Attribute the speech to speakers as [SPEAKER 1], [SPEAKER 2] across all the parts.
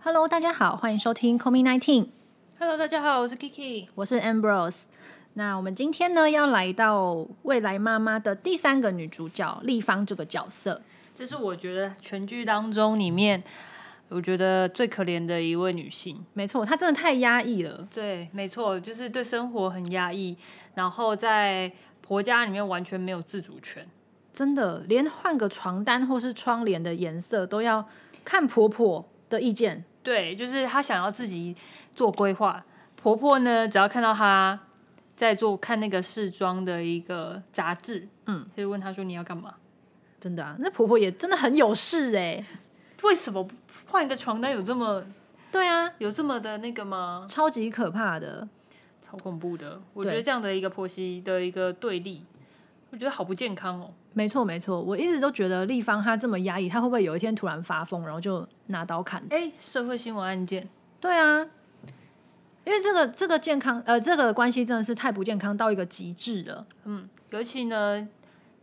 [SPEAKER 1] Hello，大家好，欢迎收听 Call Me Nineteen，
[SPEAKER 2] Hello，大家好，我是 Kiki。
[SPEAKER 1] 我是 Ambrose。那我们今天呢，要来到未来妈妈的第三个女主角丽芳这个角色。
[SPEAKER 2] 这是我觉得全剧当中里面，我觉得最可怜的一位女性。
[SPEAKER 1] 没错，她真的太压抑了。
[SPEAKER 2] 对，没错，就是对生活很压抑，然后在婆家里面完全没有自主权。
[SPEAKER 1] 真的，连换个床单或是窗帘的颜色都要看婆婆的意见。
[SPEAKER 2] 对，就是她想要自己做规划。婆婆呢，只要看到她在做看那个试妆的一个杂志，
[SPEAKER 1] 嗯，
[SPEAKER 2] 就问她说你要干嘛？
[SPEAKER 1] 真的啊，那婆婆也真的很有事哎、
[SPEAKER 2] 为什么不换一个床单有这么
[SPEAKER 1] 对啊，
[SPEAKER 2] 有这么的那个吗？
[SPEAKER 1] 超级可怕的。
[SPEAKER 2] 超恐怖的。我
[SPEAKER 1] 对
[SPEAKER 2] 觉得这样的一个婆媳的一个对立，我觉得好不健康哦。
[SPEAKER 1] 没错没错，我一直都觉得丽芳她这么压抑，她会不会有一天突然发疯，然后就拿刀砍
[SPEAKER 2] 哎、社会新闻案件，
[SPEAKER 1] 对啊，因为这个这个健康呃这个关系真的是太不健康到一个极致了。
[SPEAKER 2] 尤其呢，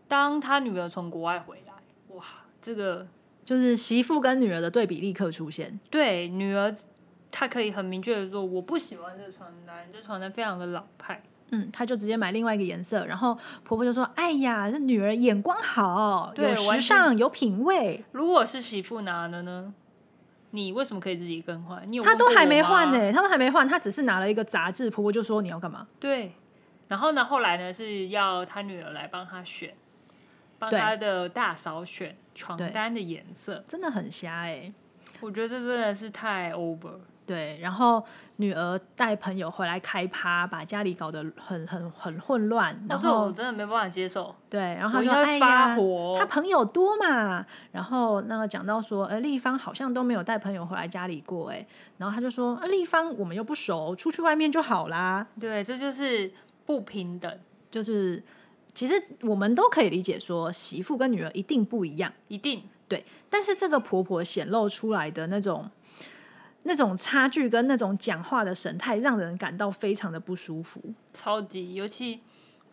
[SPEAKER 2] 当他女儿从国外回来，哇，这个
[SPEAKER 1] 就是媳妇跟女儿的对比立刻出现，
[SPEAKER 2] 对女儿，她可以很明确的说，我不喜欢这个床单，这床单非常的老派。
[SPEAKER 1] 嗯，她就直接买另外一个颜色，然后婆婆就说：“哎呀，这女儿眼光好，
[SPEAKER 2] 对
[SPEAKER 1] 有
[SPEAKER 2] 完
[SPEAKER 1] 时
[SPEAKER 2] 全
[SPEAKER 1] 尚，有品味。
[SPEAKER 2] 如果是媳妇拿的呢，你为什么可以自己更换？你”有
[SPEAKER 1] 她
[SPEAKER 2] 问
[SPEAKER 1] 都
[SPEAKER 2] 过
[SPEAKER 1] 还
[SPEAKER 2] 我
[SPEAKER 1] 没
[SPEAKER 2] 吗
[SPEAKER 1] 换呢、她都还没换，她只是拿了一个杂志，婆婆就说：“你要干嘛
[SPEAKER 2] 对，然后呢，后来呢是要他女儿来帮他选，帮他的大嫂选床
[SPEAKER 1] 对
[SPEAKER 2] 单的颜色。？”
[SPEAKER 1] 真的很瞎哎、
[SPEAKER 2] 我觉得这真的是太 over。
[SPEAKER 1] 对，然后女儿带朋友回来开趴，把家里搞得很很很混乱，然
[SPEAKER 2] 然后
[SPEAKER 1] 后
[SPEAKER 2] 我真的没办法接受，
[SPEAKER 1] 对，然后她
[SPEAKER 2] 哦我应
[SPEAKER 1] 说：“
[SPEAKER 2] 该
[SPEAKER 1] 哎呀
[SPEAKER 2] 会发，火
[SPEAKER 1] 他。朋友多嘛，然后那个讲到说，呃，丽芳好像都没有带朋友回来家里过，哎，然后他就说，啊，丽芳我们又不熟，出去外面就好啦。
[SPEAKER 2] 对，这就是不平等，
[SPEAKER 1] 就是其实我们都可以理解说，媳妇跟女儿一定不一样，
[SPEAKER 2] 一定
[SPEAKER 1] 对，但是这个婆婆显露出来的那种那种差距跟那种讲话的神态，让人感到非常的不舒服。
[SPEAKER 2] 超级，尤其。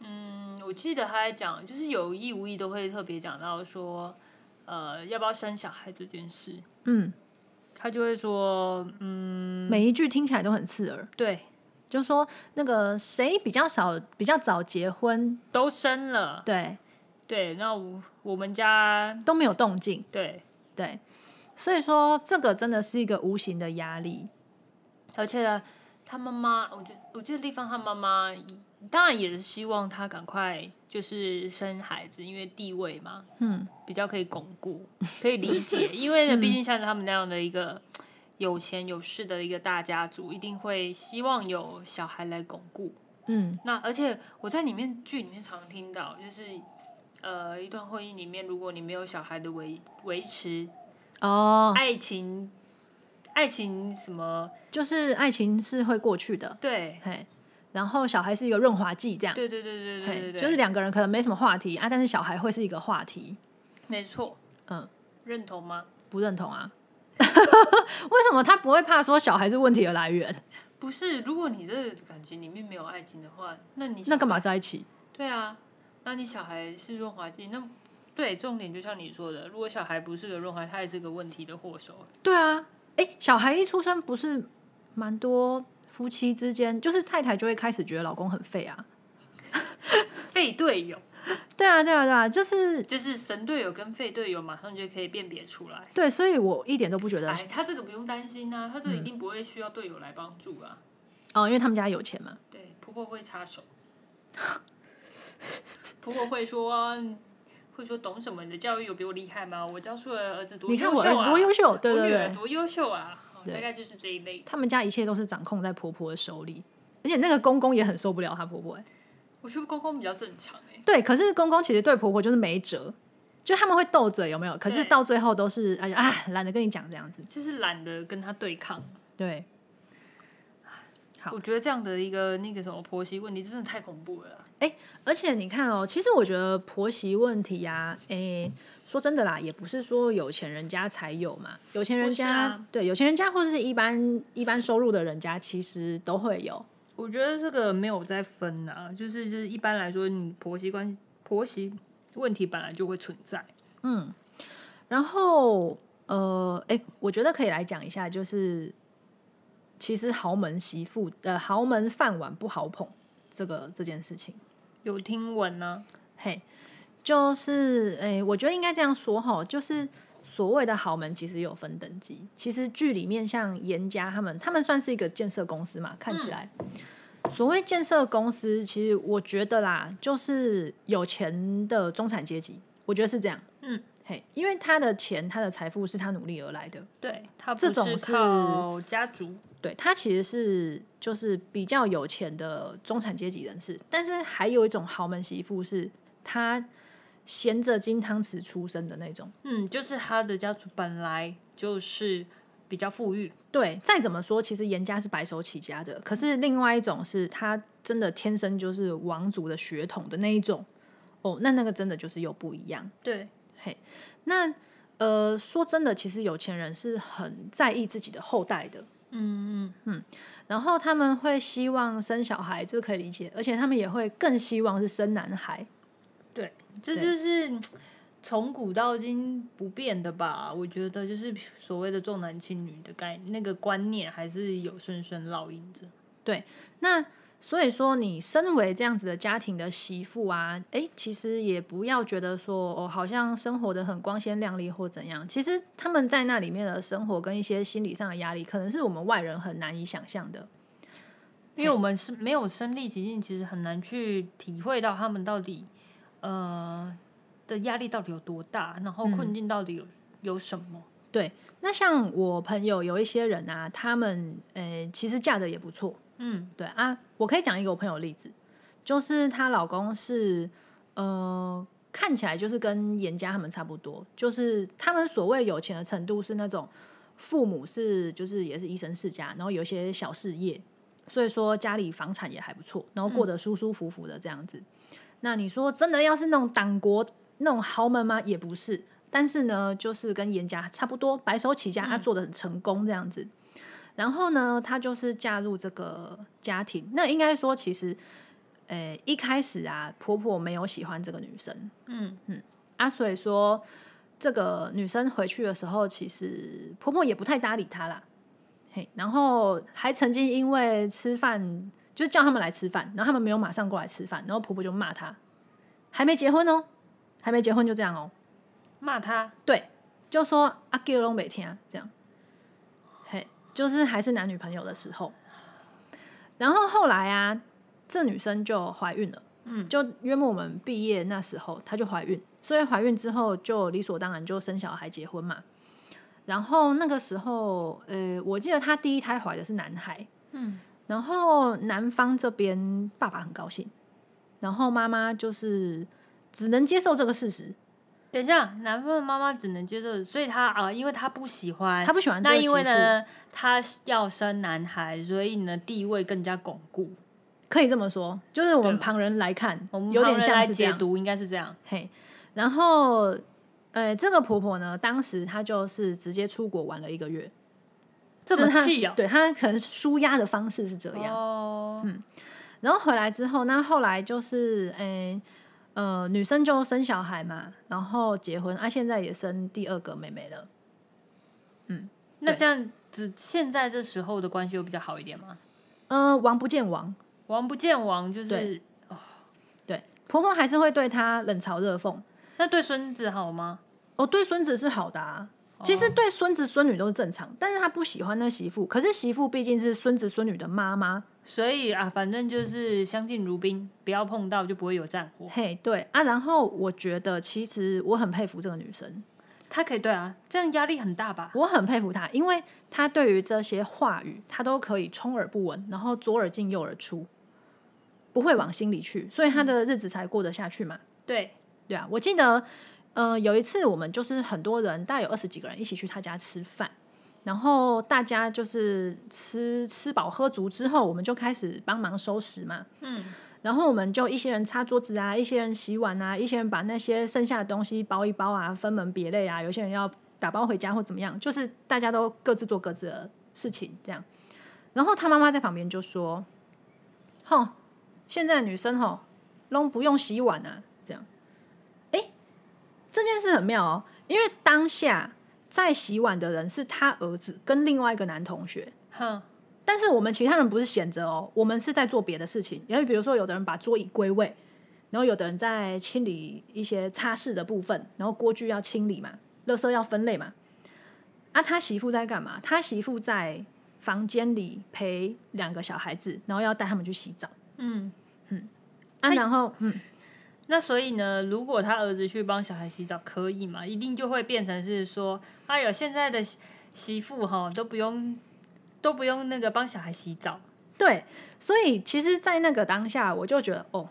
[SPEAKER 2] 嗯，我记得他在讲，就是有意无意都会特别讲到说，呃，要不要生小孩这件事，
[SPEAKER 1] 嗯，
[SPEAKER 2] 他就会说，嗯
[SPEAKER 1] 每一句听起来都很刺耳，
[SPEAKER 2] 对，
[SPEAKER 1] 就说那个谁比较少比较早结婚，
[SPEAKER 2] 都生了，
[SPEAKER 1] 对，
[SPEAKER 2] 对，那我我们家
[SPEAKER 1] 都没有动静。
[SPEAKER 2] 对，
[SPEAKER 1] 对，所以说这个真的是一个无形的压力。
[SPEAKER 2] 而且呢他妈妈，我觉得我觉得丽芳她妈妈当然也是希望她赶快就是生孩子，因为地位嘛
[SPEAKER 1] 嗯，
[SPEAKER 2] 比较可以巩固，可以理解。因为呢，毕竟像他们那样的一个有钱有势的一个大家族，一定会希望有小孩来巩固。
[SPEAKER 1] 嗯，
[SPEAKER 2] 那而且我在里面剧里面常听到，就是呃，一段婚姻里面，如果你没有小孩的维维持，
[SPEAKER 1] 哦，
[SPEAKER 2] 爱情爱情什么
[SPEAKER 1] 就是爱情是会过去的，
[SPEAKER 2] 对。
[SPEAKER 1] 嘿，然后小孩是一个润滑剂，这样，
[SPEAKER 2] 对对对对对对
[SPEAKER 1] 嘿，
[SPEAKER 2] 对，
[SPEAKER 1] 就是两个人可能没什么话题啊，但是小孩会是一个话题，
[SPEAKER 2] 没错，
[SPEAKER 1] 嗯，
[SPEAKER 2] 认同吗？
[SPEAKER 1] 不认同啊。 为什么他不会怕说小孩是问题的来源？
[SPEAKER 2] 不是，如果你这个感情里面没有爱情的话，那你
[SPEAKER 1] 那干嘛在一起？
[SPEAKER 2] 对啊，那你小孩是润滑剂，那对重点就像你说的，如果小孩不是个润滑，他也是个问题的祸首。
[SPEAKER 1] 对啊，哎、小孩一出生不是蛮多夫妻之间，就是太太就会开始觉得老公很废啊。
[SPEAKER 2] 废队友
[SPEAKER 1] 对啊，对啊，对啊，就是
[SPEAKER 2] 就是神队友跟废队友，马上就可以辨别出来。
[SPEAKER 1] 对，所以我一点都不觉得
[SPEAKER 2] 哎，他这个不用担心啊，他这个一定不会需要队友来帮助啊。
[SPEAKER 1] 哦，因为他们家有钱嘛。
[SPEAKER 2] 对，婆婆会插手，婆婆会说，嗯会说懂什么？你的教育有比我厉害吗？我教出来的儿子多
[SPEAKER 1] 你
[SPEAKER 2] 优秀啊！
[SPEAKER 1] 看我儿子多优秀，对
[SPEAKER 2] 我
[SPEAKER 1] 对
[SPEAKER 2] 女儿
[SPEAKER 1] 对，
[SPEAKER 2] 多优秀啊！哦
[SPEAKER 1] 对
[SPEAKER 2] 大概就是这一类。
[SPEAKER 1] 他们家一切都是掌控在婆婆的手里，而且那个公公也很受不了她婆婆、欸。
[SPEAKER 2] 我觉得公公比较正常哎、
[SPEAKER 1] 对，可是公公其实对婆婆就是没辙，就他们会斗嘴有没有？可是
[SPEAKER 2] 对
[SPEAKER 1] 到最后都是哎呀啊，懒得跟你讲这样子。
[SPEAKER 2] 就是懒得跟他对抗。
[SPEAKER 1] 对，好
[SPEAKER 2] 我觉得这样的一个那个什么婆媳问题真的太恐怖了啦。
[SPEAKER 1] 而且你看哦，其实我觉得婆媳问题呀、诶、说真的啦，也不是说有钱人家才有嘛，有钱人
[SPEAKER 2] 不是
[SPEAKER 1] 家、
[SPEAKER 2] 啊
[SPEAKER 1] 对有钱人家或者是一般一般收入的人家，其实都会有。
[SPEAKER 2] 我觉得这个没有在分啊，就是就是一般来说，你婆媳关婆媳问题本来就会存在。
[SPEAKER 1] 然后呃，哎、我觉得可以来讲一下，就是其实豪门媳妇呃豪门饭碗不好捧这个这件事情。
[SPEAKER 2] 有听闻啊呢、
[SPEAKER 1] 嘿，就是诶、我觉得应该这样说哈，就是所谓的豪门其实有分等级。其实剧里面像严家他们，他们算是一个建设公司嘛，看起来。所谓建设公司，其实我觉得啦，就是有钱的中产阶级，我觉得是这样。
[SPEAKER 2] 嗯，
[SPEAKER 1] 嘿，因为他的钱、他的财富是他努力而来的，
[SPEAKER 2] 对他不
[SPEAKER 1] 这种
[SPEAKER 2] 是
[SPEAKER 1] 是
[SPEAKER 2] 靠家族，
[SPEAKER 1] 对他其实是就是比较有钱的中产阶级人士，但是还有一种豪门媳妇是她衔着金汤匙出生的那种。
[SPEAKER 2] 嗯，就是他的家族本来就是比较富裕，
[SPEAKER 1] 对，再怎么说，其实严家是白手起家的，可是另外一种是他真的天生就是王族的血统的那一种，哦，那那个真的就是又不一样。
[SPEAKER 2] 对，
[SPEAKER 1] 那呃，说真的，其实有钱人是很在意自己的后代的，
[SPEAKER 2] 嗯嗯，
[SPEAKER 1] 然后他们会希望生小孩，这个可以理解，而且他们也会更希望是生男孩。对
[SPEAKER 2] 这就是嗯从古到今不变的吧？我觉得就是所谓的重男轻女的概那个观念还是有深深烙印着。
[SPEAKER 1] 那所以说，你身为这样子的家庭的媳妇啊，诶，其实也不要觉得说哦，好像生活的很光鲜亮丽或怎样。其实他们在那里面的生活跟一些心理上的压力，可能是我们外人很难以想象的。
[SPEAKER 2] 因为我们是没有身历其境，其实很难去体会到他们到底呃的压力到底有多大，然后
[SPEAKER 1] 嗯
[SPEAKER 2] 困境到底有、有什么。
[SPEAKER 1] 那像我朋友有一些人啊，他们呃，其实嫁的也不错，
[SPEAKER 2] 嗯，
[SPEAKER 1] 对啊，我可以讲一个我朋友的例子，就是她老公是呃，看起来就是跟严家他们差不多，就是他们所谓有钱的程度是那种父母是就是也是医生世家，然后有一些小事业，所以说家里房产也还不错，然后过得舒舒服服的这样子。那你说真的要是那种党国那种豪门吗？也不是，但是呢，就是跟严家差不多，白手起家，他、做的很成功这样子。然后呢，她就是嫁入这个家庭。那应该说，其实，呃，一开始啊，婆婆没有喜欢这个女生，
[SPEAKER 2] 嗯
[SPEAKER 1] 嗯，啊，所以说这个女生回去的时候，其实婆婆也不太搭理她啦。嘿，然后还曾经因为吃饭，就叫他们来吃饭，然后他们没有马上过来吃饭，然后婆婆就骂她，还没结婚哦，还没结婚就这样哦，
[SPEAKER 2] 骂他，
[SPEAKER 1] 对，就说阿 Q 龙每天这样，嘿，就是还是男女朋友的时候。然后后来啊，这女生就怀孕了，
[SPEAKER 2] 嗯，
[SPEAKER 1] 就约莫我们毕业那时候，她就怀孕，所以怀孕之后就理所当然就生小孩结婚嘛。然后那个时候，呃，我记得她第一胎怀的是男孩，
[SPEAKER 2] 嗯，
[SPEAKER 1] 然后男方这边爸爸很高兴，然后妈妈就是只能接受这个事实，
[SPEAKER 2] 等一下，男方的妈妈只能接受，所以他啊、呃因为他不喜欢
[SPEAKER 1] 她，不喜欢这
[SPEAKER 2] 那
[SPEAKER 1] 个媳
[SPEAKER 2] 因为
[SPEAKER 1] 妇，
[SPEAKER 2] 呢，他要生男孩，所以呢地位更加巩固。
[SPEAKER 1] 可以这么说，就是我
[SPEAKER 2] 对
[SPEAKER 1] 们
[SPEAKER 2] 吧
[SPEAKER 1] 旁人来看
[SPEAKER 2] 我们，
[SPEAKER 1] 有
[SPEAKER 2] 旁
[SPEAKER 1] 点
[SPEAKER 2] 人
[SPEAKER 1] 像
[SPEAKER 2] 来
[SPEAKER 1] 是这
[SPEAKER 2] 解
[SPEAKER 1] 样。
[SPEAKER 2] 读应该是这样，
[SPEAKER 1] 嘿，然后，呃，这个婆婆呢，当时她就是直接出国玩了一个月，
[SPEAKER 2] 这么
[SPEAKER 1] 就是她
[SPEAKER 2] 气哦
[SPEAKER 1] 对她可能舒压的方式是这样。
[SPEAKER 2] 哦，
[SPEAKER 1] 然后回来之后，那后来就是，诶、呃，女生就生小孩嘛，然后结婚，啊，现在也生第二个妹妹了。
[SPEAKER 2] 那
[SPEAKER 1] 对
[SPEAKER 2] 这样子，现在这时候的关系有比较好一点吗？
[SPEAKER 1] 呃，王不见王，
[SPEAKER 2] 王不见王，就是
[SPEAKER 1] 对对，婆婆还是会对她冷嘲热讽。
[SPEAKER 2] 那对孙子好吗？
[SPEAKER 1] 哦，对孙子是好的啊。其实对孙子孙女都是正常，但是她不喜欢那媳妇。可是媳妇毕竟是孙子孙女的妈妈，
[SPEAKER 2] 所以啊，反正就是相敬如宾，不要碰到就不会有战火。
[SPEAKER 1] 嘿，对啊。然后我觉得其实我很佩服这个女生，
[SPEAKER 2] 他可以对啊，这样压力很大吧？
[SPEAKER 1] 我很佩服她，因为她对于这些话语，她都可以充耳不闻，然后左耳进右耳出，不会往心里去，所以她的日子才过得下去嘛。
[SPEAKER 2] 对，
[SPEAKER 1] 对啊，我记得，呃，有一次我们就是很多人，大概有二十几个人一起去他家吃饭，然后大家就是吃吃饱喝足之后，我们就开始帮忙收拾嘛。
[SPEAKER 2] 嗯，
[SPEAKER 1] 然后我们就一些人擦桌子啊，一些人洗碗啊，一些人把那些剩下的东西包一包啊，分门别类啊，有些人要打包回家或怎么样，就是大家都各自做各自的事情这样。然后他妈妈在旁边就说：“吼，现在的女生吼，拢不用洗碗啊，这样。”哎，这件事很妙哦，因为当下在洗碗的人是他儿子跟另外一个男同学，
[SPEAKER 2] 哼，
[SPEAKER 1] 但是我们其他人不是闲着哦，我们是在做别的事情。因为比如说，有的人把桌椅归位，然后有的人在清理一些擦拭的部分，然后锅具要清理嘛，垃圾要分类嘛。啊，他媳妇在干嘛？他媳妇在房间里陪两个小孩子，然后要带他们去洗澡
[SPEAKER 2] 嗯，
[SPEAKER 1] 啊。
[SPEAKER 2] 哎
[SPEAKER 1] 然后，嗯，
[SPEAKER 2] 那所以呢，如果他儿子去帮小孩洗澡，可以嘛？一定就会变成是说，哎呦，现在的媳媳妇哈都不用都不用那个帮小孩洗澡，
[SPEAKER 1] 对，所以其实，在那个当下，我就觉得，哦，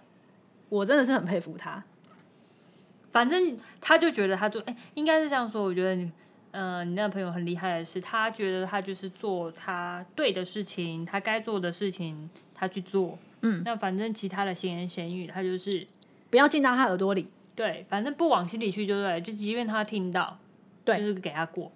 [SPEAKER 1] 我真的是很佩服他。
[SPEAKER 2] 反正他就觉得他做，哎、应该是这样说。我觉得你，呃，你那个朋友很厉害的是，他觉得他就是做他对的事情，他该做的事情，他去做。
[SPEAKER 1] 嗯，
[SPEAKER 2] 那反正其他的闲言闲语，他就是
[SPEAKER 1] 不要进到他耳朵里，
[SPEAKER 2] 对，反正不往心里去就对了，就即便他听到，
[SPEAKER 1] 对
[SPEAKER 2] 就是给他过，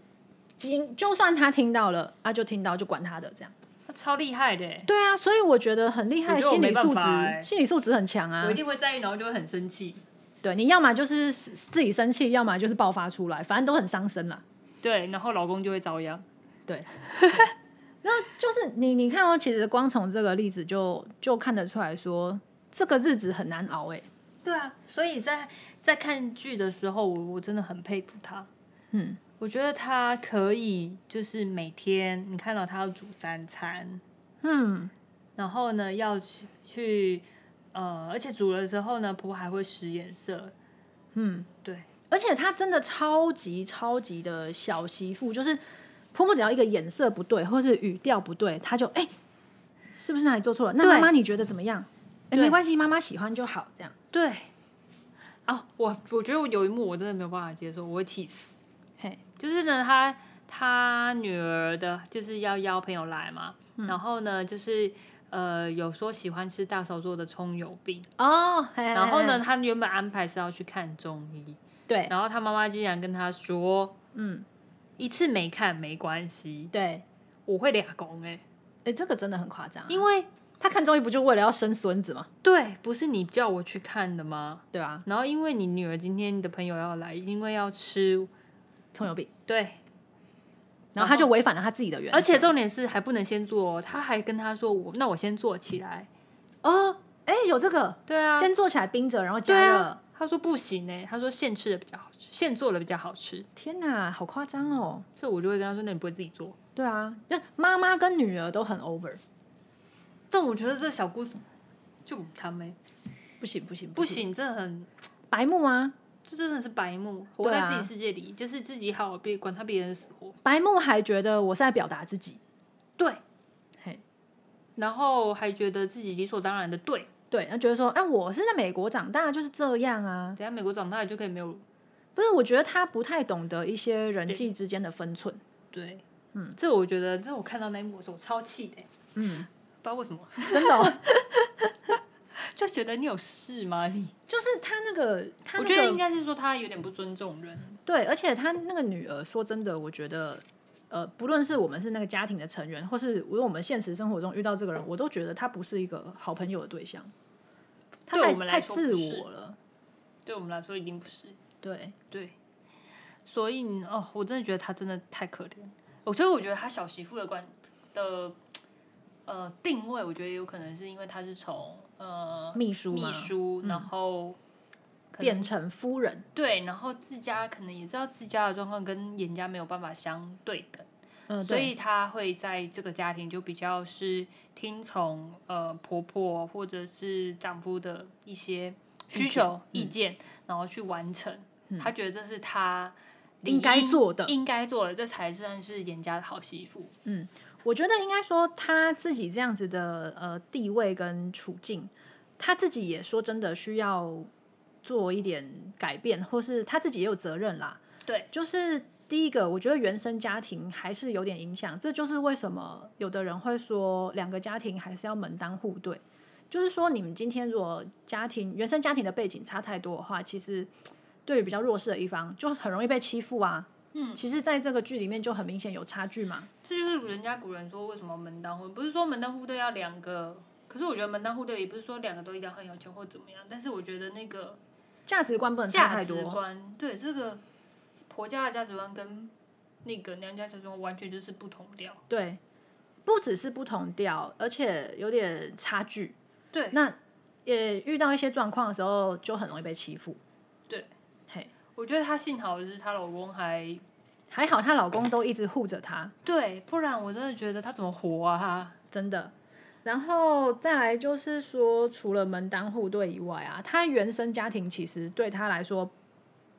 [SPEAKER 1] 即就算他听到了，啊，就听到，就管他的这样。
[SPEAKER 2] 他超厉害的欸。
[SPEAKER 1] 对啊，所以我觉得很厉害，
[SPEAKER 2] 我觉得我
[SPEAKER 1] 心理
[SPEAKER 2] 没办
[SPEAKER 1] 素质、
[SPEAKER 2] 法欸
[SPEAKER 1] 心理素质很强啊
[SPEAKER 2] 我一。定会在意，然后就会很生气。
[SPEAKER 1] 对，你要么就是自己生气，要么就是爆发出来，反正都很伤身啦。
[SPEAKER 2] 对，然后老公就会遭殃。
[SPEAKER 1] 就是你，你看哦，其实光从这个例子就就看得出来说，这个日子很难熬哎、
[SPEAKER 2] 对啊，所以在在看剧的时候，我我真的很佩服他。
[SPEAKER 1] 嗯，
[SPEAKER 2] 我觉得他可以，就是每天你看到他要煮三餐，
[SPEAKER 1] 嗯，
[SPEAKER 2] 然后呢要去去呃，而且煮了之后呢，婆婆还会使眼色。
[SPEAKER 1] 嗯，
[SPEAKER 2] 对，
[SPEAKER 1] 而且她真的超级超级的小媳妇，就是婆婆只要一个眼色不对，或是语调不对，她就哎、是不是哪里做错了？那
[SPEAKER 2] 对
[SPEAKER 1] 妈妈你觉得怎么样？哎、
[SPEAKER 2] 对
[SPEAKER 1] 没关系，妈妈喜欢就好，这样。
[SPEAKER 2] 对。啊，我我觉得我有一幕我真的没有办法接受，我会气死。
[SPEAKER 1] 嘿，
[SPEAKER 2] 就是呢，他他女儿的就是要邀朋友来嘛，
[SPEAKER 1] 嗯
[SPEAKER 2] 然后呢就是呃有说喜欢吃大嫂做的葱油饼，
[SPEAKER 1] 哦，嘿
[SPEAKER 2] 然后呢
[SPEAKER 1] 嘿嘿
[SPEAKER 2] 他原本安排是要去看中医，
[SPEAKER 1] 对，
[SPEAKER 2] 然后他妈妈竟然跟他说
[SPEAKER 1] 哎嗯，
[SPEAKER 2] 一次没看没关系，
[SPEAKER 1] 对。
[SPEAKER 2] 我会俩公哎，
[SPEAKER 1] 哎、这个真的很夸张啊、因为
[SPEAKER 2] 因为
[SPEAKER 1] 他看中医不就为了要生孙子嘛，
[SPEAKER 2] 对，不是你叫我去看的吗？
[SPEAKER 1] 对吧、啊？
[SPEAKER 2] 然后因为你女儿今天你的朋友要来，因为要吃，
[SPEAKER 1] 葱油饼，
[SPEAKER 2] 对，
[SPEAKER 1] 然后他就违反了他自己的原则，
[SPEAKER 2] 而且重点是还不能先做哦，他还跟他说我那我先做起来，
[SPEAKER 1] 哦，哎、有这个，
[SPEAKER 2] 对啊，
[SPEAKER 1] 先做起来冰着，然后
[SPEAKER 2] 对
[SPEAKER 1] 加热。
[SPEAKER 2] 啊，他说不行呢、他说现吃的比较好吃，现做的比较好吃。
[SPEAKER 1] 天哪，好夸张哦！
[SPEAKER 2] 这我就会跟他说，那你不会自己做？
[SPEAKER 1] 对啊，就妈妈跟女儿都很 over，
[SPEAKER 2] 但我觉得这小姑就他们
[SPEAKER 1] 不行不行
[SPEAKER 2] 不，行，这很
[SPEAKER 1] 白目啊，
[SPEAKER 2] 这真的是白目，活
[SPEAKER 1] 对
[SPEAKER 2] 在
[SPEAKER 1] 啊
[SPEAKER 2] 自己世界里，就是自己好，别管他别人死活。
[SPEAKER 1] 白目还觉得我是在表达自己，
[SPEAKER 2] 对，
[SPEAKER 1] 嘿，
[SPEAKER 2] 然后还觉得自己理所当然的对，
[SPEAKER 1] 对，他觉得说，哎、我是在美国长大就是这样啊，
[SPEAKER 2] 等下美国长大了就可以没有
[SPEAKER 1] 不是？我觉得他不太懂得一些人际之间的分寸，
[SPEAKER 2] 对，嗯，这我觉得这我看到那一幕的时候我超气的欸、
[SPEAKER 1] 嗯，
[SPEAKER 2] 不知道为什么，
[SPEAKER 1] 真的、哦，
[SPEAKER 2] 就觉得你有事吗你？
[SPEAKER 1] 就是他那个，他
[SPEAKER 2] 我
[SPEAKER 1] 那
[SPEAKER 2] 觉得应
[SPEAKER 1] 个，
[SPEAKER 2] 该是说他有点不尊重人，
[SPEAKER 1] 对，而且他那个女儿，说真的，我觉得。呃，不论是我们是那个家庭的成员，或是我我们现实生活中遇到这个人，我都觉得他不是一个好朋友的对象，他
[SPEAKER 2] 对
[SPEAKER 1] 太
[SPEAKER 2] 我们来
[SPEAKER 1] 太
[SPEAKER 2] 说
[SPEAKER 1] 自
[SPEAKER 2] 不是
[SPEAKER 1] 我了。
[SPEAKER 2] 对我们来说一定不是。
[SPEAKER 1] 对，
[SPEAKER 2] 对，所以呢哦，我真的觉得他真的太可怜。我觉得，我觉得他小媳妇的关的呃定位，我觉得有可能是因为他是从呃
[SPEAKER 1] 秘书嘛
[SPEAKER 2] 秘书，嗯然后可能
[SPEAKER 1] 变成夫人，
[SPEAKER 2] 对，然后自家可能也知道自家的状况跟严家没有办法相对等，
[SPEAKER 1] 嗯、
[SPEAKER 2] 所
[SPEAKER 1] 对
[SPEAKER 2] 以他会在这个家庭就比较是听从呃婆婆或者是丈夫的一些需求意见，然后去完成。他觉得这是他理
[SPEAKER 1] 应该做的
[SPEAKER 2] 嗯应该做的，这才算是严家的好媳妇。
[SPEAKER 1] 我觉得应该说他自己这样子的呃地位跟处境，他自己也说真的需要做一点改变，或是他自己也有责任啦。
[SPEAKER 2] 对，
[SPEAKER 1] 就是第一个，我觉得原生家庭还是有点影响，这就是为什么有的人会说两个家庭还是要门当户对。就是说，你们今天如果家庭原生家庭的背景差太多的话，其实对于比较弱势的一方，就很容易被欺负啊。嗯，其实在这个剧里面就很明显有差距嘛。
[SPEAKER 2] 这就是人家古人说为什么门当户，不是说门当户对要两个，可是我觉得门当户对也不是说两个都一定要很有钱或怎么样，但是我觉得那个
[SPEAKER 1] 价值观不能差
[SPEAKER 2] 价
[SPEAKER 1] 太
[SPEAKER 2] 值
[SPEAKER 1] 多。
[SPEAKER 2] 观，对这个婆家的价值观跟那个娘家茶庄完全就是不同调。
[SPEAKER 1] 对，不只是不同调，而且有点差距。
[SPEAKER 2] 对，
[SPEAKER 1] 那也遇到一些状况的时候，就很容易被欺负。
[SPEAKER 2] 对，
[SPEAKER 1] 嘿，
[SPEAKER 2] 我觉得她幸好的是她老公还
[SPEAKER 1] 还好她老公都一直护着她，
[SPEAKER 2] 对，不然我真的觉得她怎么活啊？
[SPEAKER 1] 真的。然后再来就是说，除了门当户对以外啊，她原生家庭其实对她来说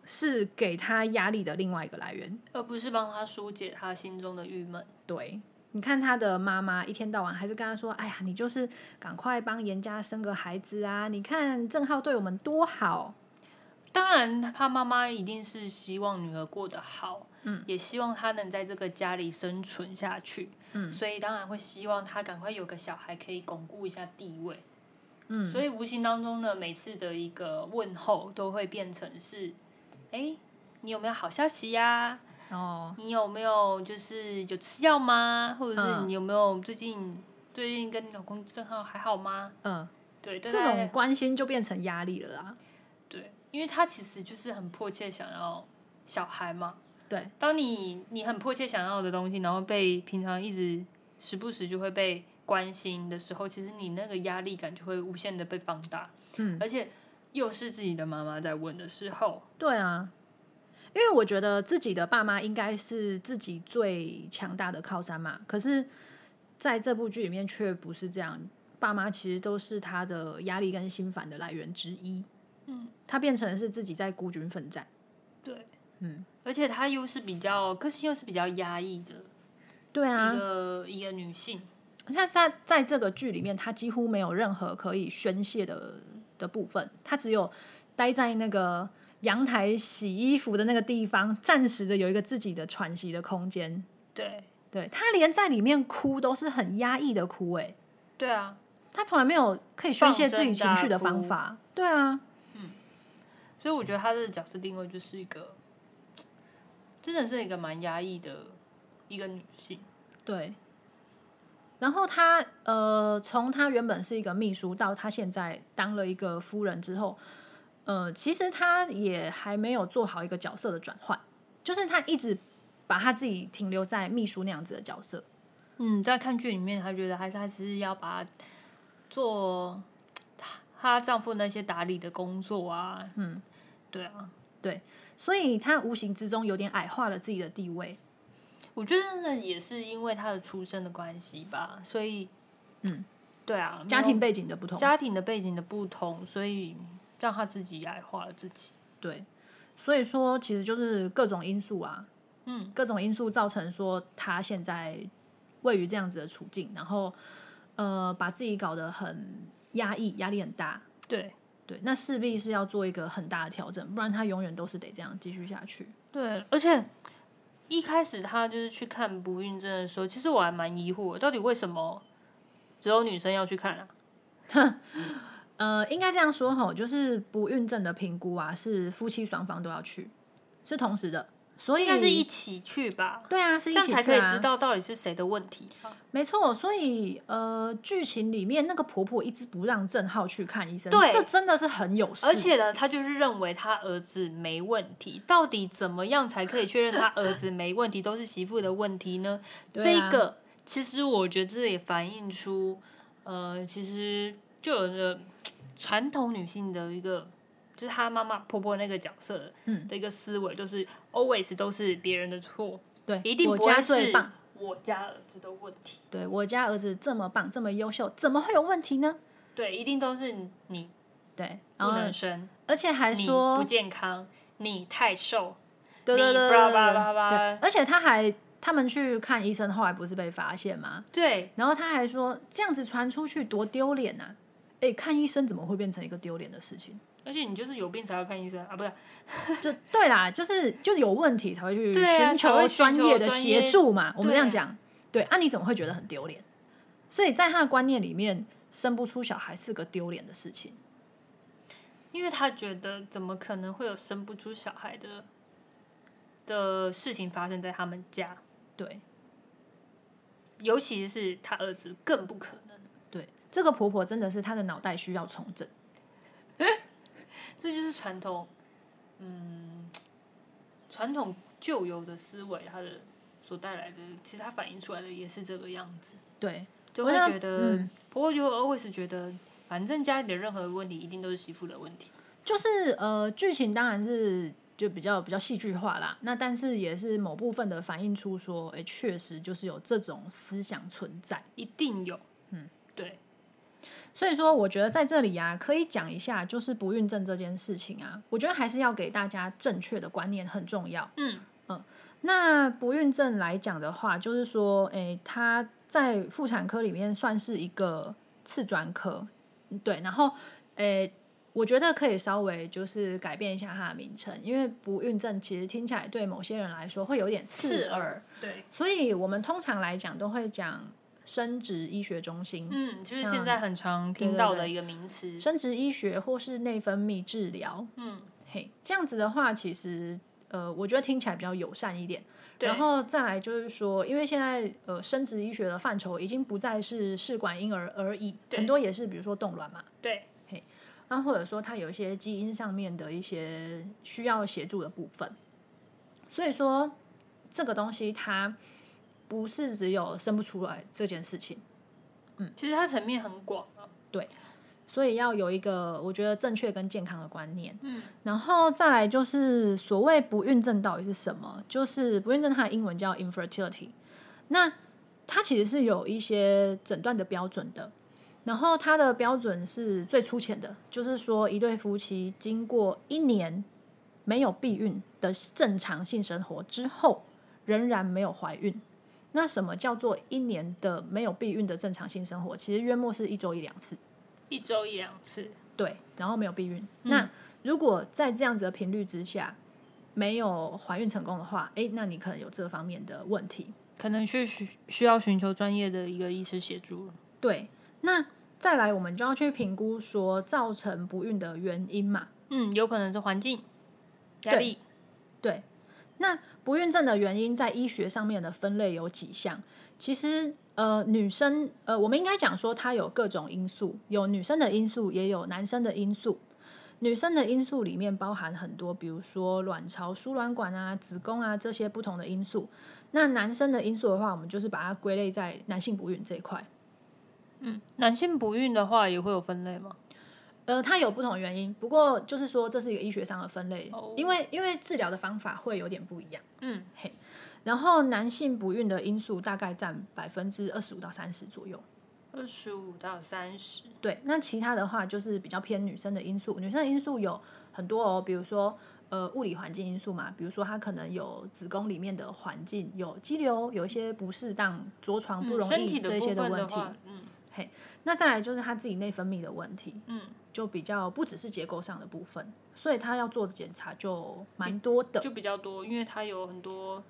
[SPEAKER 1] 是给她压力的另外一个来源。
[SPEAKER 2] 而不是帮她疏解她心中的郁闷。
[SPEAKER 1] 对，你看他的妈妈一天到晚还是跟他说：“哎呀，你就是赶快帮严家生个孩子啊！你看郑浩对我们多好。
[SPEAKER 2] 当然，她妈妈一定是希望女儿过得好，嗯，也希望她能在这个家里生存下去，嗯，所以当然会希望她赶快有个小孩可以巩固一下地位，嗯，所以无形当中呢，每次的一个问候都会变成是，哎、你有没有好消息呀、”
[SPEAKER 1] 哦，
[SPEAKER 2] 你有没有就是有吃药吗？或者是
[SPEAKER 1] 嗯
[SPEAKER 2] 你有没有最近、最近跟你老公正浩还好吗？
[SPEAKER 1] 嗯，
[SPEAKER 2] 对，对
[SPEAKER 1] 这
[SPEAKER 2] 她
[SPEAKER 1] 种关心就变成压力了啊。
[SPEAKER 2] 对，因为他其实就是很迫切想要小孩嘛，
[SPEAKER 1] 对，
[SPEAKER 2] 当你你很迫切想要的东西，然后被平常一直时不时就会被关心的时候，其实你那个压力感就会无限的被放大，
[SPEAKER 1] 嗯，
[SPEAKER 2] 而且又是自己的妈妈在问的时候，
[SPEAKER 1] 对啊，因为我觉得自己的爸妈应该是自己最强大的靠山嘛，可是在这部剧里面却不是这样，爸妈其实都是他的压力跟心烦的来源之一。
[SPEAKER 2] 嗯，
[SPEAKER 1] 他变成是自己在孤军奋战。
[SPEAKER 2] 对，
[SPEAKER 1] 嗯，
[SPEAKER 2] 而且她又是比较个性又是比较压抑的
[SPEAKER 1] 对啊，
[SPEAKER 2] 一个、一个女性，
[SPEAKER 1] 那在在这个剧里面，他几乎没有任何可以宣泄的的部分，他只有待在那个阳台洗衣服的那个地方，暂时的有一个自己的喘息的空间。
[SPEAKER 2] 对，
[SPEAKER 1] 对他连在里面哭都是很压抑的哭、欸，
[SPEAKER 2] 对啊，
[SPEAKER 1] 他从来没有可以宣泄自己情绪的方法。对啊，
[SPEAKER 2] 所以我觉得她的角色定位就是一个，真的是一个蛮压抑的一个女性，
[SPEAKER 1] 对。然后他呃，从他原本是一个秘书，到他现在当了一个夫人之后，呃，其实他也还没有做好一个角色的转换，就是他一直把他自己停留在秘书那样子的角色。
[SPEAKER 2] 嗯，在看剧里面，她觉得还是她只是要把它做她她丈夫那些打理的工作啊，嗯，对啊，
[SPEAKER 1] 所以他无形之中有点矮化了自己的地位。
[SPEAKER 2] 我觉得那也是因为她的出身的关系吧，所以，
[SPEAKER 1] 嗯，
[SPEAKER 2] 对啊，
[SPEAKER 1] 家
[SPEAKER 2] 没
[SPEAKER 1] 庭
[SPEAKER 2] 有
[SPEAKER 1] 背景的不同，
[SPEAKER 2] 家庭的背景的不同，所以让她自己矮化了自己，
[SPEAKER 1] 对，所以说其实就是各种因素啊，
[SPEAKER 2] 嗯，
[SPEAKER 1] 各种因素造成说他现在位于这样子的处境，然后呃把自己搞得很压抑，压力很大。
[SPEAKER 2] 对
[SPEAKER 1] 对，那势必是要做一个很大的调整，不然他永远都是得这样继续下去。
[SPEAKER 2] 对，而且。一开始她就是去看不孕症的时候，其实我还蛮疑惑，到底为什么只有女生要去看啊？
[SPEAKER 1] 呃，应该这样说吼，就是不孕症的评估啊，是夫妻双方都要去，是同时的，所以
[SPEAKER 2] 应该是一起去吧？
[SPEAKER 1] 对啊，是一
[SPEAKER 2] 这样
[SPEAKER 1] 起
[SPEAKER 2] 才
[SPEAKER 1] 去
[SPEAKER 2] 可以
[SPEAKER 1] 啊
[SPEAKER 2] 知，道到底是谁的问题吧。
[SPEAKER 1] 没错。所以呃，剧情里面那个婆婆一直不让郑浩去看医生，
[SPEAKER 2] 对
[SPEAKER 1] 这真的是很有事，
[SPEAKER 2] 而且呢，他就是认为他儿子没问题，到底怎么样才可以确认他儿子没问题，都是媳妇的问题呢？
[SPEAKER 1] 对啊
[SPEAKER 2] 这个其实我觉得这也反映出，呃，其实就有着传统女性的一个，就是她妈妈婆婆那个角色
[SPEAKER 1] 嗯
[SPEAKER 2] 的一个思维，就是 always 都是别人的错，
[SPEAKER 1] 对，
[SPEAKER 2] 一定
[SPEAKER 1] 我
[SPEAKER 2] 不会
[SPEAKER 1] 家最
[SPEAKER 2] 是
[SPEAKER 1] 棒。
[SPEAKER 2] 我家儿子的问题。
[SPEAKER 1] 对我家儿子这么棒，这么优秀，怎么会有问题呢？
[SPEAKER 2] 对，一定都是你
[SPEAKER 1] 对，然后
[SPEAKER 2] 不能生，
[SPEAKER 1] 而且还
[SPEAKER 2] 你
[SPEAKER 1] 说
[SPEAKER 2] 不，健康，你太瘦，
[SPEAKER 1] 对对
[SPEAKER 2] 你
[SPEAKER 1] 对对
[SPEAKER 2] 巴拉
[SPEAKER 1] 对
[SPEAKER 2] 巴拉
[SPEAKER 1] 对
[SPEAKER 2] 巴拉
[SPEAKER 1] 对而且他还他们去看医生，后来不是被发现吗？
[SPEAKER 2] 对
[SPEAKER 1] 然后他还说这样子传出去多丢脸呐！哎，看医生怎么会变成一个丢脸的事情？
[SPEAKER 2] 而且你就是有病才要看医生啊，不是？
[SPEAKER 1] 就对啦，就是就有问题才会去
[SPEAKER 2] 对啊
[SPEAKER 1] 寻
[SPEAKER 2] 才会
[SPEAKER 1] 求
[SPEAKER 2] 寻
[SPEAKER 1] 专
[SPEAKER 2] 求
[SPEAKER 1] 业的
[SPEAKER 2] 专
[SPEAKER 1] 协
[SPEAKER 2] 业
[SPEAKER 1] 助嘛。我们
[SPEAKER 2] 对
[SPEAKER 1] 这样讲，对啊，你怎么会觉得很丢脸？所以在他的观念里面，生不出小孩是个丢脸的事情。
[SPEAKER 2] 因为他觉得怎么可能会有生不出小孩的的事情发生在他们家，
[SPEAKER 1] 对，
[SPEAKER 2] 尤其是他儿子更不可能。
[SPEAKER 1] 对，这个婆婆真的是她的脑袋需要重整。
[SPEAKER 2] 这就是传统，嗯，传统旧有的思维，他的所带来的，其实它反映出来的也是这个样子，
[SPEAKER 1] 对，
[SPEAKER 2] 就
[SPEAKER 1] 我
[SPEAKER 2] 会
[SPEAKER 1] 想
[SPEAKER 2] 觉得，
[SPEAKER 1] 嗯
[SPEAKER 2] 不过就 always 觉得，反正家里的任何问题一定都是媳妇的问题，
[SPEAKER 1] 就是呃，剧情当然是就比较比较戏剧化啦，那但是也是某部分的反映出说，哎、确实就是有这种思想存在。
[SPEAKER 2] 一定有，嗯，对，
[SPEAKER 1] 所以说，我觉得在这里啊，可以讲一下就是不孕症这件事情啊，我觉得还是要给大家正确的观念很重要。
[SPEAKER 2] 嗯
[SPEAKER 1] 那不孕症来讲的话，就是说，诶，它在妇产科里面算是一个次专科，嗯对。然后，诶，我觉得可以稍微就是改变一下它的名称，因为不孕症其实听起来对某些人来说会有点刺
[SPEAKER 2] 刺
[SPEAKER 1] 耳
[SPEAKER 2] 耳，对，
[SPEAKER 1] 所以我们通常来讲都会讲生殖医学中心。
[SPEAKER 2] 嗯，就是
[SPEAKER 1] 像
[SPEAKER 2] 现在很常
[SPEAKER 1] 对
[SPEAKER 2] 听
[SPEAKER 1] 对
[SPEAKER 2] 到
[SPEAKER 1] 对
[SPEAKER 2] 的一个名词，
[SPEAKER 1] 生殖医学或是内分泌治疗，
[SPEAKER 2] 嗯，
[SPEAKER 1] 嘿，这样子的话，其实呃，我觉得听起来比较友善一点。
[SPEAKER 2] 对
[SPEAKER 1] 然后再来就是说，因为现在呃，生殖医学的范畴已经不再是试管婴儿而已，
[SPEAKER 2] 对
[SPEAKER 1] 很多也是比如说冻卵嘛，
[SPEAKER 2] 对，
[SPEAKER 1] 然后或者说它有一些基因上面的一些需要协助的部分。所以说，这个东西它不是只有生不出来这件事情。
[SPEAKER 2] 其实它层面很广啊，
[SPEAKER 1] 所以要有一个我觉得正确跟健康的观念。
[SPEAKER 2] 嗯，
[SPEAKER 1] 然后再来就是所谓不孕症到底是什么？就是不孕症它的英文叫 infertility，那它其实是有一些诊断的标准的。然后它的标准是最粗浅的，就是说一对夫妻经过一年没有避孕的正常性生活之后，仍然没有怀孕。那什么叫做一年的没有避孕的正常性生活？其实约莫是一周一两次。
[SPEAKER 2] 一周一两次，
[SPEAKER 1] 对，然后没有避孕。那如果在这样子的频率之下没有怀孕成功的话，诶，那你可能有这方面的问题。
[SPEAKER 2] 可能是需需要寻求专业的一个医师协助，
[SPEAKER 1] 对，那再来我们就要去评估说造成不孕的原因嘛。
[SPEAKER 2] 嗯，有可能是环境压
[SPEAKER 1] 对
[SPEAKER 2] 力，
[SPEAKER 1] 对，那不孕症的原因在医学上面的分类有几项？其实，呃，女生，呃，我们应该讲说它有各种因素，有女生的因素，也有男生的因素。女生的因素里面包含很多，比如说卵巢、输卵管啊、子宫啊这些不同的因素。那男生的因素的话，我们就是把它归类在男性不孕这一块。
[SPEAKER 2] 嗯，男性不孕的话也会有分类吗？
[SPEAKER 1] 呃，它有不同的原因，不过就是说这是一个医学上的分类，
[SPEAKER 2] 哦
[SPEAKER 1] 因为因为治疗的方法会有点不一样。
[SPEAKER 2] 嗯，
[SPEAKER 1] 然后男性不孕的因素大概占百分之二十五到三十左右。
[SPEAKER 2] 二十五到三十，
[SPEAKER 1] 对，那其他的话就是比较偏女生的因素，女生的因素有很多哦，比如说呃物理环境因素嘛，比如说她可能有子宫里面的环境有肌瘤，有一些不适当着床不容
[SPEAKER 2] 嗯身
[SPEAKER 1] 易
[SPEAKER 2] 体的
[SPEAKER 1] 这
[SPEAKER 2] 部
[SPEAKER 1] 些
[SPEAKER 2] 分
[SPEAKER 1] 问题。
[SPEAKER 2] 话，嗯
[SPEAKER 1] 那再来就是她自己内分泌的问题，
[SPEAKER 2] 嗯，
[SPEAKER 1] 就比较不只是结构上的部分，所以她要做的检查就蛮多的。
[SPEAKER 2] 就比较多，因为它有很多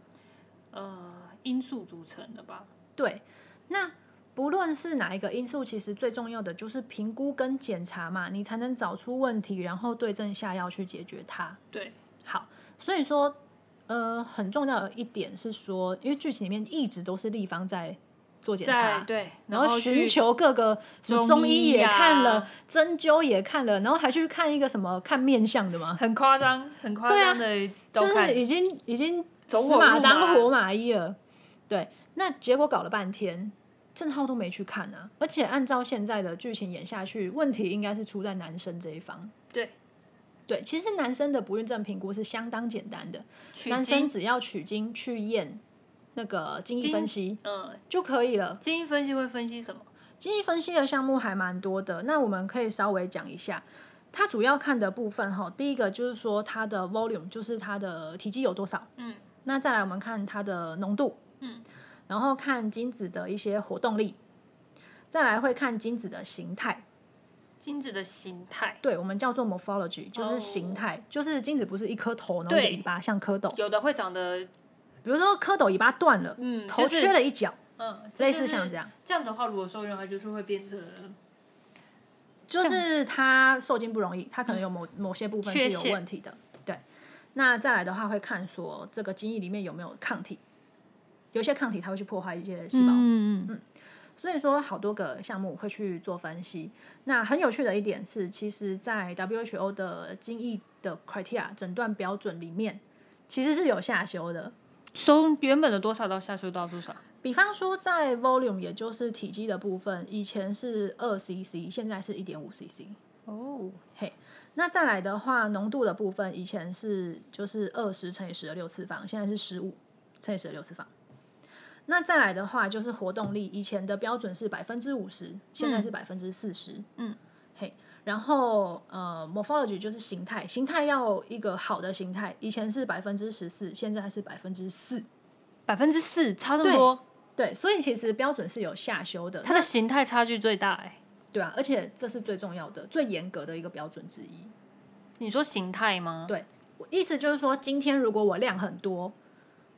[SPEAKER 2] 呃因素组成的吧。
[SPEAKER 1] 对，那不论是哪一个因素，其实最重要的就是评估跟检查嘛，你才能找出问题，然后对症下药去解决它。
[SPEAKER 2] 对，
[SPEAKER 1] 好，所以说，呃，很重要的一点是说，因为剧情里面一直都是立方在做检
[SPEAKER 2] 在
[SPEAKER 1] 查。
[SPEAKER 2] 对，
[SPEAKER 1] 然
[SPEAKER 2] 然
[SPEAKER 1] 后寻
[SPEAKER 2] 去
[SPEAKER 1] 求各个什么
[SPEAKER 2] 中
[SPEAKER 1] 中医
[SPEAKER 2] 医
[SPEAKER 1] 也
[SPEAKER 2] 呀
[SPEAKER 1] 看了，针灸也看了，然后还去看一个什么看面相的嘛，
[SPEAKER 2] 很夸张，很夸
[SPEAKER 1] 对啊
[SPEAKER 2] 张的都
[SPEAKER 1] 就是
[SPEAKER 2] 看，
[SPEAKER 1] 已经已经
[SPEAKER 2] 走
[SPEAKER 1] 死
[SPEAKER 2] 火
[SPEAKER 1] 马
[SPEAKER 2] 入啊
[SPEAKER 1] 当
[SPEAKER 2] 麻
[SPEAKER 1] 活马医了。对，那结果搞了半天，郑浩都没去看啊。而且按照现在的剧情演下去，问题应该是出在男生这一方。
[SPEAKER 2] 对，
[SPEAKER 1] 对，其实男生的不孕症评估是相当简单的，
[SPEAKER 2] 取
[SPEAKER 1] 男生
[SPEAKER 2] 经
[SPEAKER 1] 只要取精去验那个精液分析
[SPEAKER 2] 嗯，
[SPEAKER 1] 就可以了。
[SPEAKER 2] 基因分析会分析什么？
[SPEAKER 1] 精益分析的项目还蛮多的，那我们可以稍微讲一下。它主要看的部分哈，第一个就是说它的 volume，就是它的体积有多少。
[SPEAKER 2] 嗯
[SPEAKER 1] 那再来我们看它的浓度，
[SPEAKER 2] 嗯，
[SPEAKER 1] 然后看精子的一些活动力，再来会看精子的形态，
[SPEAKER 2] 精子的形态，
[SPEAKER 1] 对我们叫做 morphology，就是
[SPEAKER 2] 哦
[SPEAKER 1] 形态就是精子不是一颗头，然后一个
[SPEAKER 2] 对
[SPEAKER 1] 尾巴像蝌蚪，
[SPEAKER 2] 有的会长得
[SPEAKER 1] 比如说蝌蚪尾巴断了，
[SPEAKER 2] 嗯，
[SPEAKER 1] 头
[SPEAKER 2] 就是
[SPEAKER 1] 缺了一角，
[SPEAKER 2] 嗯，
[SPEAKER 1] 类似像这
[SPEAKER 2] 这
[SPEAKER 1] 样，
[SPEAKER 2] 这样的话，如果受孕的话，就是会变成
[SPEAKER 1] 就是它受精不容易，它可能有某某些部分是
[SPEAKER 2] 嗯缺
[SPEAKER 1] 有
[SPEAKER 2] 陷
[SPEAKER 1] 问题的，对。那再来的话会看说这个精液里面有没有抗体，有一些抗体它会去破坏一些细胞，
[SPEAKER 2] 嗯嗯
[SPEAKER 1] 所以说，好多个项目会去做分析。那很有趣的一点是，其实，在 WHO 的精益的 criteria 诊断标准里面，其实是有下修的。
[SPEAKER 2] 从原本的多少到下修到多少？
[SPEAKER 1] 比方说，在 volume 也就是体积的部分，以前是二 cc，现在是一点五 cc。
[SPEAKER 2] 哦，
[SPEAKER 1] 那再来的话，浓度的部分，以前是就是二十乘以十的六次方，现在是十五乘以十的六次方。那再来的话，就是活动力，以前的标准是百分之五十，现在是百分之四十。
[SPEAKER 2] 嗯，
[SPEAKER 1] 嘿，然后呃，morphology 就是形态，形态要一个好的形态，以前是百分之十四，现在是百分之四。
[SPEAKER 2] 百分之四差这么多，
[SPEAKER 1] 对，所以其实标准是有下修的，
[SPEAKER 2] 它的形态差距最大哎、
[SPEAKER 1] 对啊，而且这是最重要的、最严格的一个标准之一。
[SPEAKER 2] 你说形态吗？
[SPEAKER 1] 对我意思就是说，今天如果我量很多，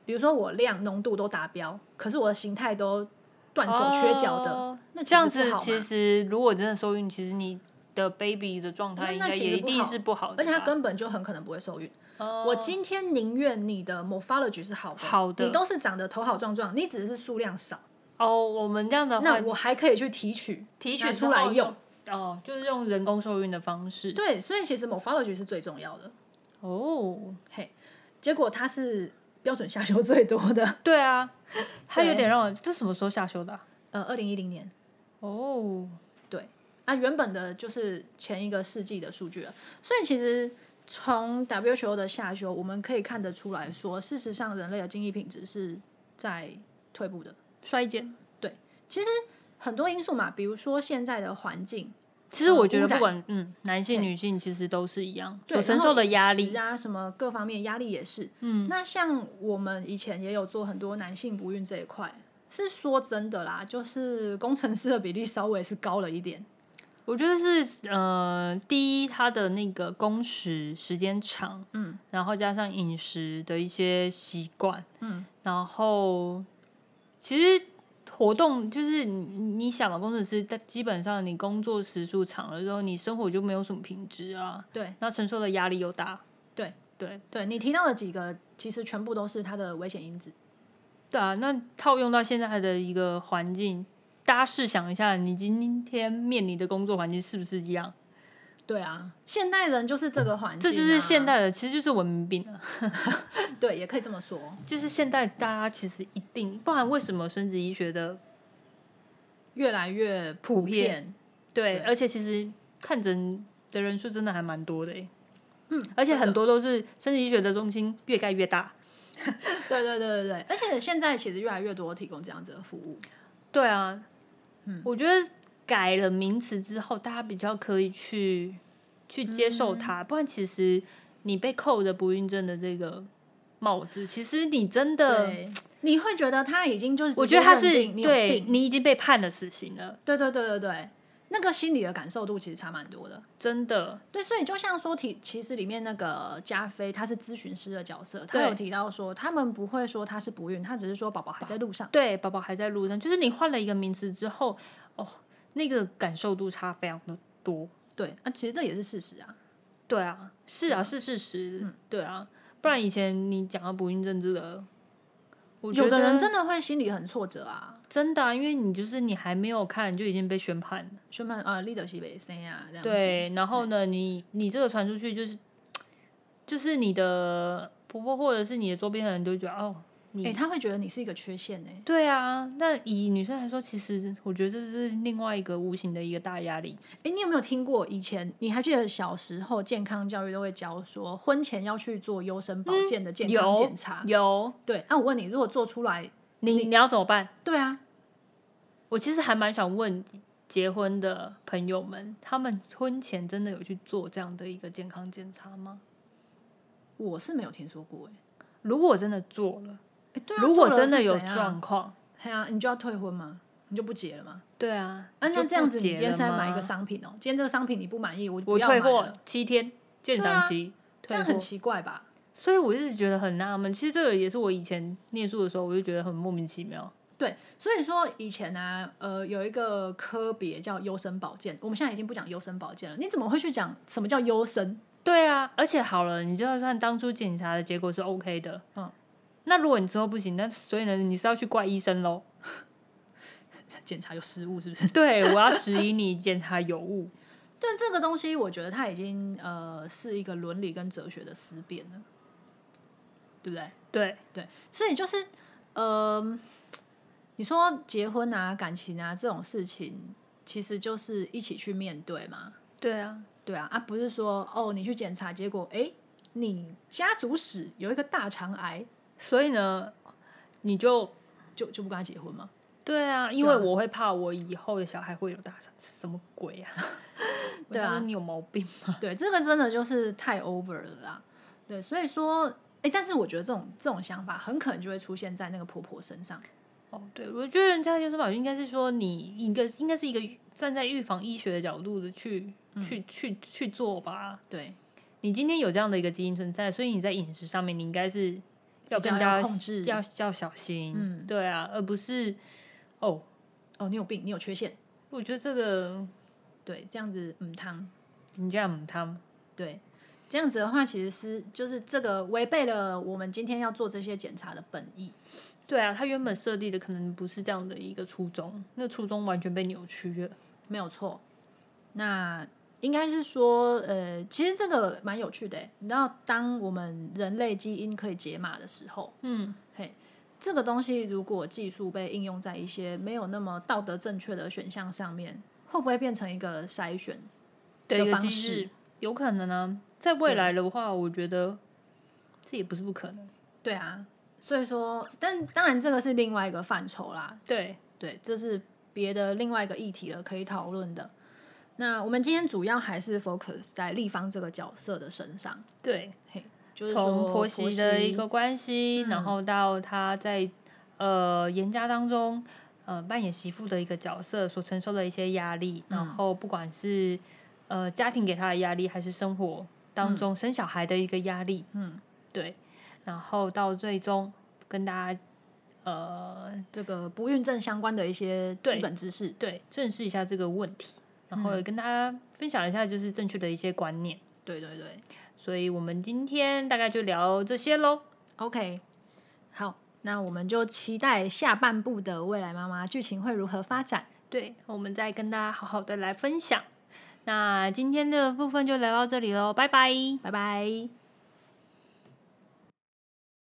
[SPEAKER 1] 比如说我量浓度都达标，可是我的形态都断手缺脚的，
[SPEAKER 2] 哦
[SPEAKER 1] 那
[SPEAKER 2] 这样
[SPEAKER 1] 其实不
[SPEAKER 2] 子
[SPEAKER 1] 好
[SPEAKER 2] 其
[SPEAKER 1] 嘛
[SPEAKER 2] 实如果真的受孕，其实你的 baby 的状态
[SPEAKER 1] 那
[SPEAKER 2] 应
[SPEAKER 1] 那
[SPEAKER 2] 该
[SPEAKER 1] 其实
[SPEAKER 2] 也一
[SPEAKER 1] 不
[SPEAKER 2] 定
[SPEAKER 1] 好
[SPEAKER 2] 是不好的吧，
[SPEAKER 1] 而且它根本就很可能不会受孕。
[SPEAKER 2] 哦
[SPEAKER 1] 我今天宁愿你的 morphology 是好的，
[SPEAKER 2] 好的
[SPEAKER 1] 你都是长得头好壮壮，你只是数量少，
[SPEAKER 2] 哦，我们这样的话
[SPEAKER 1] 那我还可以去提取
[SPEAKER 2] 提
[SPEAKER 1] 拿
[SPEAKER 2] 取
[SPEAKER 1] 出来用
[SPEAKER 2] 用。哦，就是用人工受孕的方式
[SPEAKER 1] 对，所以其实 morphology 是最重要的。
[SPEAKER 2] 哦，
[SPEAKER 1] 结果它是标准下修最多的，
[SPEAKER 2] 对 啊，它有
[SPEAKER 1] 对
[SPEAKER 2] 点让我这什么时候下修的啊、
[SPEAKER 1] 呃，二零一零年。
[SPEAKER 2] 哦，
[SPEAKER 1] 啊，原本的就是前一个世纪的数据了。所以其实从 WHO 的下修，我们可以看得出来说，事实上人类的经济品质是在退步的，
[SPEAKER 2] 衰减。
[SPEAKER 1] 很多因素嘛，比如说现在的环境，
[SPEAKER 2] 其实我觉
[SPEAKER 1] 呃
[SPEAKER 2] 得
[SPEAKER 1] 污染
[SPEAKER 2] 不管嗯男性
[SPEAKER 1] 嘿
[SPEAKER 2] 女性其实都是一样，
[SPEAKER 1] 对
[SPEAKER 2] 所承受的压
[SPEAKER 1] 饮
[SPEAKER 2] 力
[SPEAKER 1] 食啊，什么各方面压力也是。嗯，那像我们以前也有做很多男性不孕这一块。是说真的啦，就是工程师的比例稍微是高了一点，
[SPEAKER 2] 我觉得是呃，第一，它的那个工时时间长，嗯，然后加上饮食的一些习惯，嗯，然后其实活动就是你你想嘛，工程师，但基本上你工作时数长了之后，你生活就没有什么品质啊，
[SPEAKER 1] 对，
[SPEAKER 2] 那承受的压力又大，
[SPEAKER 1] 对
[SPEAKER 2] 对
[SPEAKER 1] 对你提到的几个，其实全部都是它的危险因子。
[SPEAKER 2] 对啊，那套用到现在的一个环境。大家试想一下，你今天面临的工作环境是不是一样？
[SPEAKER 1] 对啊，现代人就是这个环境、啊
[SPEAKER 2] 这就是现，代的，其实就是文明病啊。
[SPEAKER 1] 对，也可以这么说。
[SPEAKER 2] 就是现在大家其实一定，不然为什么生殖医学的
[SPEAKER 1] 越来越普遍，对
[SPEAKER 2] 对，而且其实看诊的人数真的还蛮多的耶欸
[SPEAKER 1] 嗯
[SPEAKER 2] 而且很
[SPEAKER 1] 多，
[SPEAKER 2] 多都是生殖医学的中心越盖越大。
[SPEAKER 1] 对对对对对，而且现在其实越来越多提供这样子的服务，
[SPEAKER 2] 对啊，
[SPEAKER 1] 嗯
[SPEAKER 2] 我觉得改了名词之后，大家比较可以去去接受
[SPEAKER 1] 嗯
[SPEAKER 2] 它，不然其实你被扣的不孕症的这个帽子，其实你真的，
[SPEAKER 1] 对，你会觉得他已经就是直
[SPEAKER 2] 我
[SPEAKER 1] 接
[SPEAKER 2] 觉得它
[SPEAKER 1] 认
[SPEAKER 2] 是
[SPEAKER 1] 定你有
[SPEAKER 2] 对
[SPEAKER 1] 病，
[SPEAKER 2] 你已经被判了死刑了，
[SPEAKER 1] 对对对对对，那个心理的感受度其实差蛮多的。
[SPEAKER 2] 真的。
[SPEAKER 1] 对，所以就像说提，其实里面那个加菲他是咨询师的角色，他
[SPEAKER 2] 对
[SPEAKER 1] 有提到说，他们不会说他是不孕，他只是说宝宝还在路上。
[SPEAKER 2] 对，宝宝还在路上，就是你换了一个名词之后，哦，那个感受度差非常的多。
[SPEAKER 1] 对，那、其实这也是事实啊。
[SPEAKER 2] 对啊，是啊，是事实。
[SPEAKER 1] 嗯
[SPEAKER 2] 对啊，不然以前你讲到不孕症这个，我觉
[SPEAKER 1] 有
[SPEAKER 2] 得
[SPEAKER 1] 的人真的会心里很挫折啊，
[SPEAKER 2] 真的、啊，因为你就是你还没有看就已经被宣判了。
[SPEAKER 1] 宣判呃，立德西北森啊，这样子。
[SPEAKER 2] 对，然后呢，你你这个传出去就是，就是你的婆婆或者是你的周边的人都觉得哦，你
[SPEAKER 1] 哎、他会觉得你是一个缺陷哎、
[SPEAKER 2] 对啊。那以女生来说，其实我觉得这是另外一个无形的一个大压力。
[SPEAKER 1] 哎、你有没有听过以前？你还记得小时候健康教育都会教说，婚前要去做优生保健的健康
[SPEAKER 2] 嗯有
[SPEAKER 1] 检查。
[SPEAKER 2] 有，
[SPEAKER 1] 对，啊那、我问你，如果做出来，
[SPEAKER 2] 你你要怎么办？
[SPEAKER 1] 对啊，
[SPEAKER 2] 我其实还蛮想问结婚的朋友们，他们婚前真的有去做这样的一个健康检查吗？
[SPEAKER 1] 我是没有听说过哎、
[SPEAKER 2] 如果真的做了，
[SPEAKER 1] 哎对啊，
[SPEAKER 2] 如果
[SPEAKER 1] 做了
[SPEAKER 2] 真的
[SPEAKER 1] 是
[SPEAKER 2] 有
[SPEAKER 1] 怎样，
[SPEAKER 2] 状况，
[SPEAKER 1] 对啊，你就要退婚吗？你就不结了吗？
[SPEAKER 2] 对啊，
[SPEAKER 1] 啊，那
[SPEAKER 2] 就
[SPEAKER 1] 这样
[SPEAKER 2] 不
[SPEAKER 1] 子，你
[SPEAKER 2] 结
[SPEAKER 1] 今天
[SPEAKER 2] 了
[SPEAKER 1] 是在
[SPEAKER 2] 吗
[SPEAKER 1] 买一个商品哦、今天这个商品你不满意，我
[SPEAKER 2] 我
[SPEAKER 1] 不要
[SPEAKER 2] 退
[SPEAKER 1] 买
[SPEAKER 2] 货
[SPEAKER 1] 了，
[SPEAKER 2] 七天鉴
[SPEAKER 1] 对
[SPEAKER 2] 赏
[SPEAKER 1] 啊
[SPEAKER 2] 期，
[SPEAKER 1] 这
[SPEAKER 2] 退
[SPEAKER 1] 样
[SPEAKER 2] 货
[SPEAKER 1] 很。奇怪吧？
[SPEAKER 2] 所以我一直觉得很纳闷，其实这个也是我以前念书的时候，我就觉得很莫名其妙。
[SPEAKER 1] 对，所以说以前啊，呃，有一个科别叫优生保健，我们现在已经不讲优生保健了。你怎么会去讲什么叫优生？
[SPEAKER 2] 对啊，而且好了，你就算当初检查的结果是 OK 的，
[SPEAKER 1] 嗯，
[SPEAKER 2] 那如果你之后不行，那所以呢，你是要去怪医生喽。
[SPEAKER 1] 检查有失误是不是？
[SPEAKER 2] 对，我要质疑你检查有误。
[SPEAKER 1] 但这个东西，我觉得它已经呃是一个伦理跟哲学的思辨了。对不对？
[SPEAKER 2] 对，
[SPEAKER 1] 对，所以就是呃，你说结婚啊、感情啊这种事情，其实就是一起去面对嘛。
[SPEAKER 2] 对啊，
[SPEAKER 1] 对啊，啊不是说哦，你去检查，结果诶，你家族史有一个大肠癌，
[SPEAKER 2] 所以呢，你就
[SPEAKER 1] 就就不跟他结婚嘛。
[SPEAKER 2] 对啊，因为我会怕我以后的小孩会有大肠，什么鬼啊？ 我
[SPEAKER 1] 对啊
[SPEAKER 2] 当时你有毛病吗？
[SPEAKER 1] 对，这个真的就是太 over 了啦。对，所以说，诶，但是我觉得这种这种想法很可能就会出现在那个婆婆身上。
[SPEAKER 2] 哦，对，我觉得人家就是法应该是说你一个应该是一个站在预防医学的角度的去、去去去做吧。
[SPEAKER 1] 嗯对，
[SPEAKER 2] 你今天有这样的一个基因存在，所以你在饮食上面你应该是要
[SPEAKER 1] 比较
[SPEAKER 2] 更加
[SPEAKER 1] 要控制
[SPEAKER 2] 要要小心。
[SPEAKER 1] 嗯
[SPEAKER 2] 对啊，而不是哦，
[SPEAKER 1] 哦，你有病，你有缺陷，
[SPEAKER 2] 我觉得这个
[SPEAKER 1] 对，这样子嗯汤，
[SPEAKER 2] 你这样他们
[SPEAKER 1] 对，这样子的话，其实是就是这个违背了我们今天要做这些检查的本意。
[SPEAKER 2] 对啊，他原本设定的可能不是这样的一个初衷，那初衷完全被扭曲了。
[SPEAKER 1] 没有错。那应该是说，呃，其实这个蛮有趣的欸。你知道，当我们人类基因可以解码的时候，
[SPEAKER 2] 嗯，
[SPEAKER 1] 嘿，这个东西如果技术被应用在一些没有那么道德正确的选项上面，会不会变成一个筛选？
[SPEAKER 2] 对
[SPEAKER 1] 的
[SPEAKER 2] 一个
[SPEAKER 1] 方
[SPEAKER 2] 机
[SPEAKER 1] 式
[SPEAKER 2] 制，有可能啊。在未来的话，我觉得这也不是不可能。
[SPEAKER 1] 对啊，所以说，但当然这个是另外一个范畴啦，
[SPEAKER 2] 对，
[SPEAKER 1] 对，这是别的另外一个议题了，可以讨论的。那我们今天主要还是 focus 在立方这个角色的身上，
[SPEAKER 2] 对，
[SPEAKER 1] 嘿，就是
[SPEAKER 2] 从
[SPEAKER 1] 说
[SPEAKER 2] 婆
[SPEAKER 1] 媳
[SPEAKER 2] 媳的一个关系，
[SPEAKER 1] 嗯
[SPEAKER 2] 然后到她在呃严家当中呃扮演媳妇的一个角色所承受的一些压力，然后不管是呃家庭给她的压力，还是生活当中生小孩的一个压力，
[SPEAKER 1] 嗯，
[SPEAKER 2] 对，然后到最终跟大家呃
[SPEAKER 1] 这个不孕症相关的一些基
[SPEAKER 2] 对
[SPEAKER 1] 本知识，
[SPEAKER 2] 对正视一下这个问题，然后也跟大家分享一下就是正确的一些观念，
[SPEAKER 1] 对对对
[SPEAKER 2] 所以我们今天大概就聊这些喽。
[SPEAKER 1] ，OK，好，那我们就期待下半部的未来妈妈剧情会如何发展。
[SPEAKER 2] 对，我们再跟大家好好的来分享。那今天的部分就聊到这里喽，拜拜。
[SPEAKER 1] 拜拜。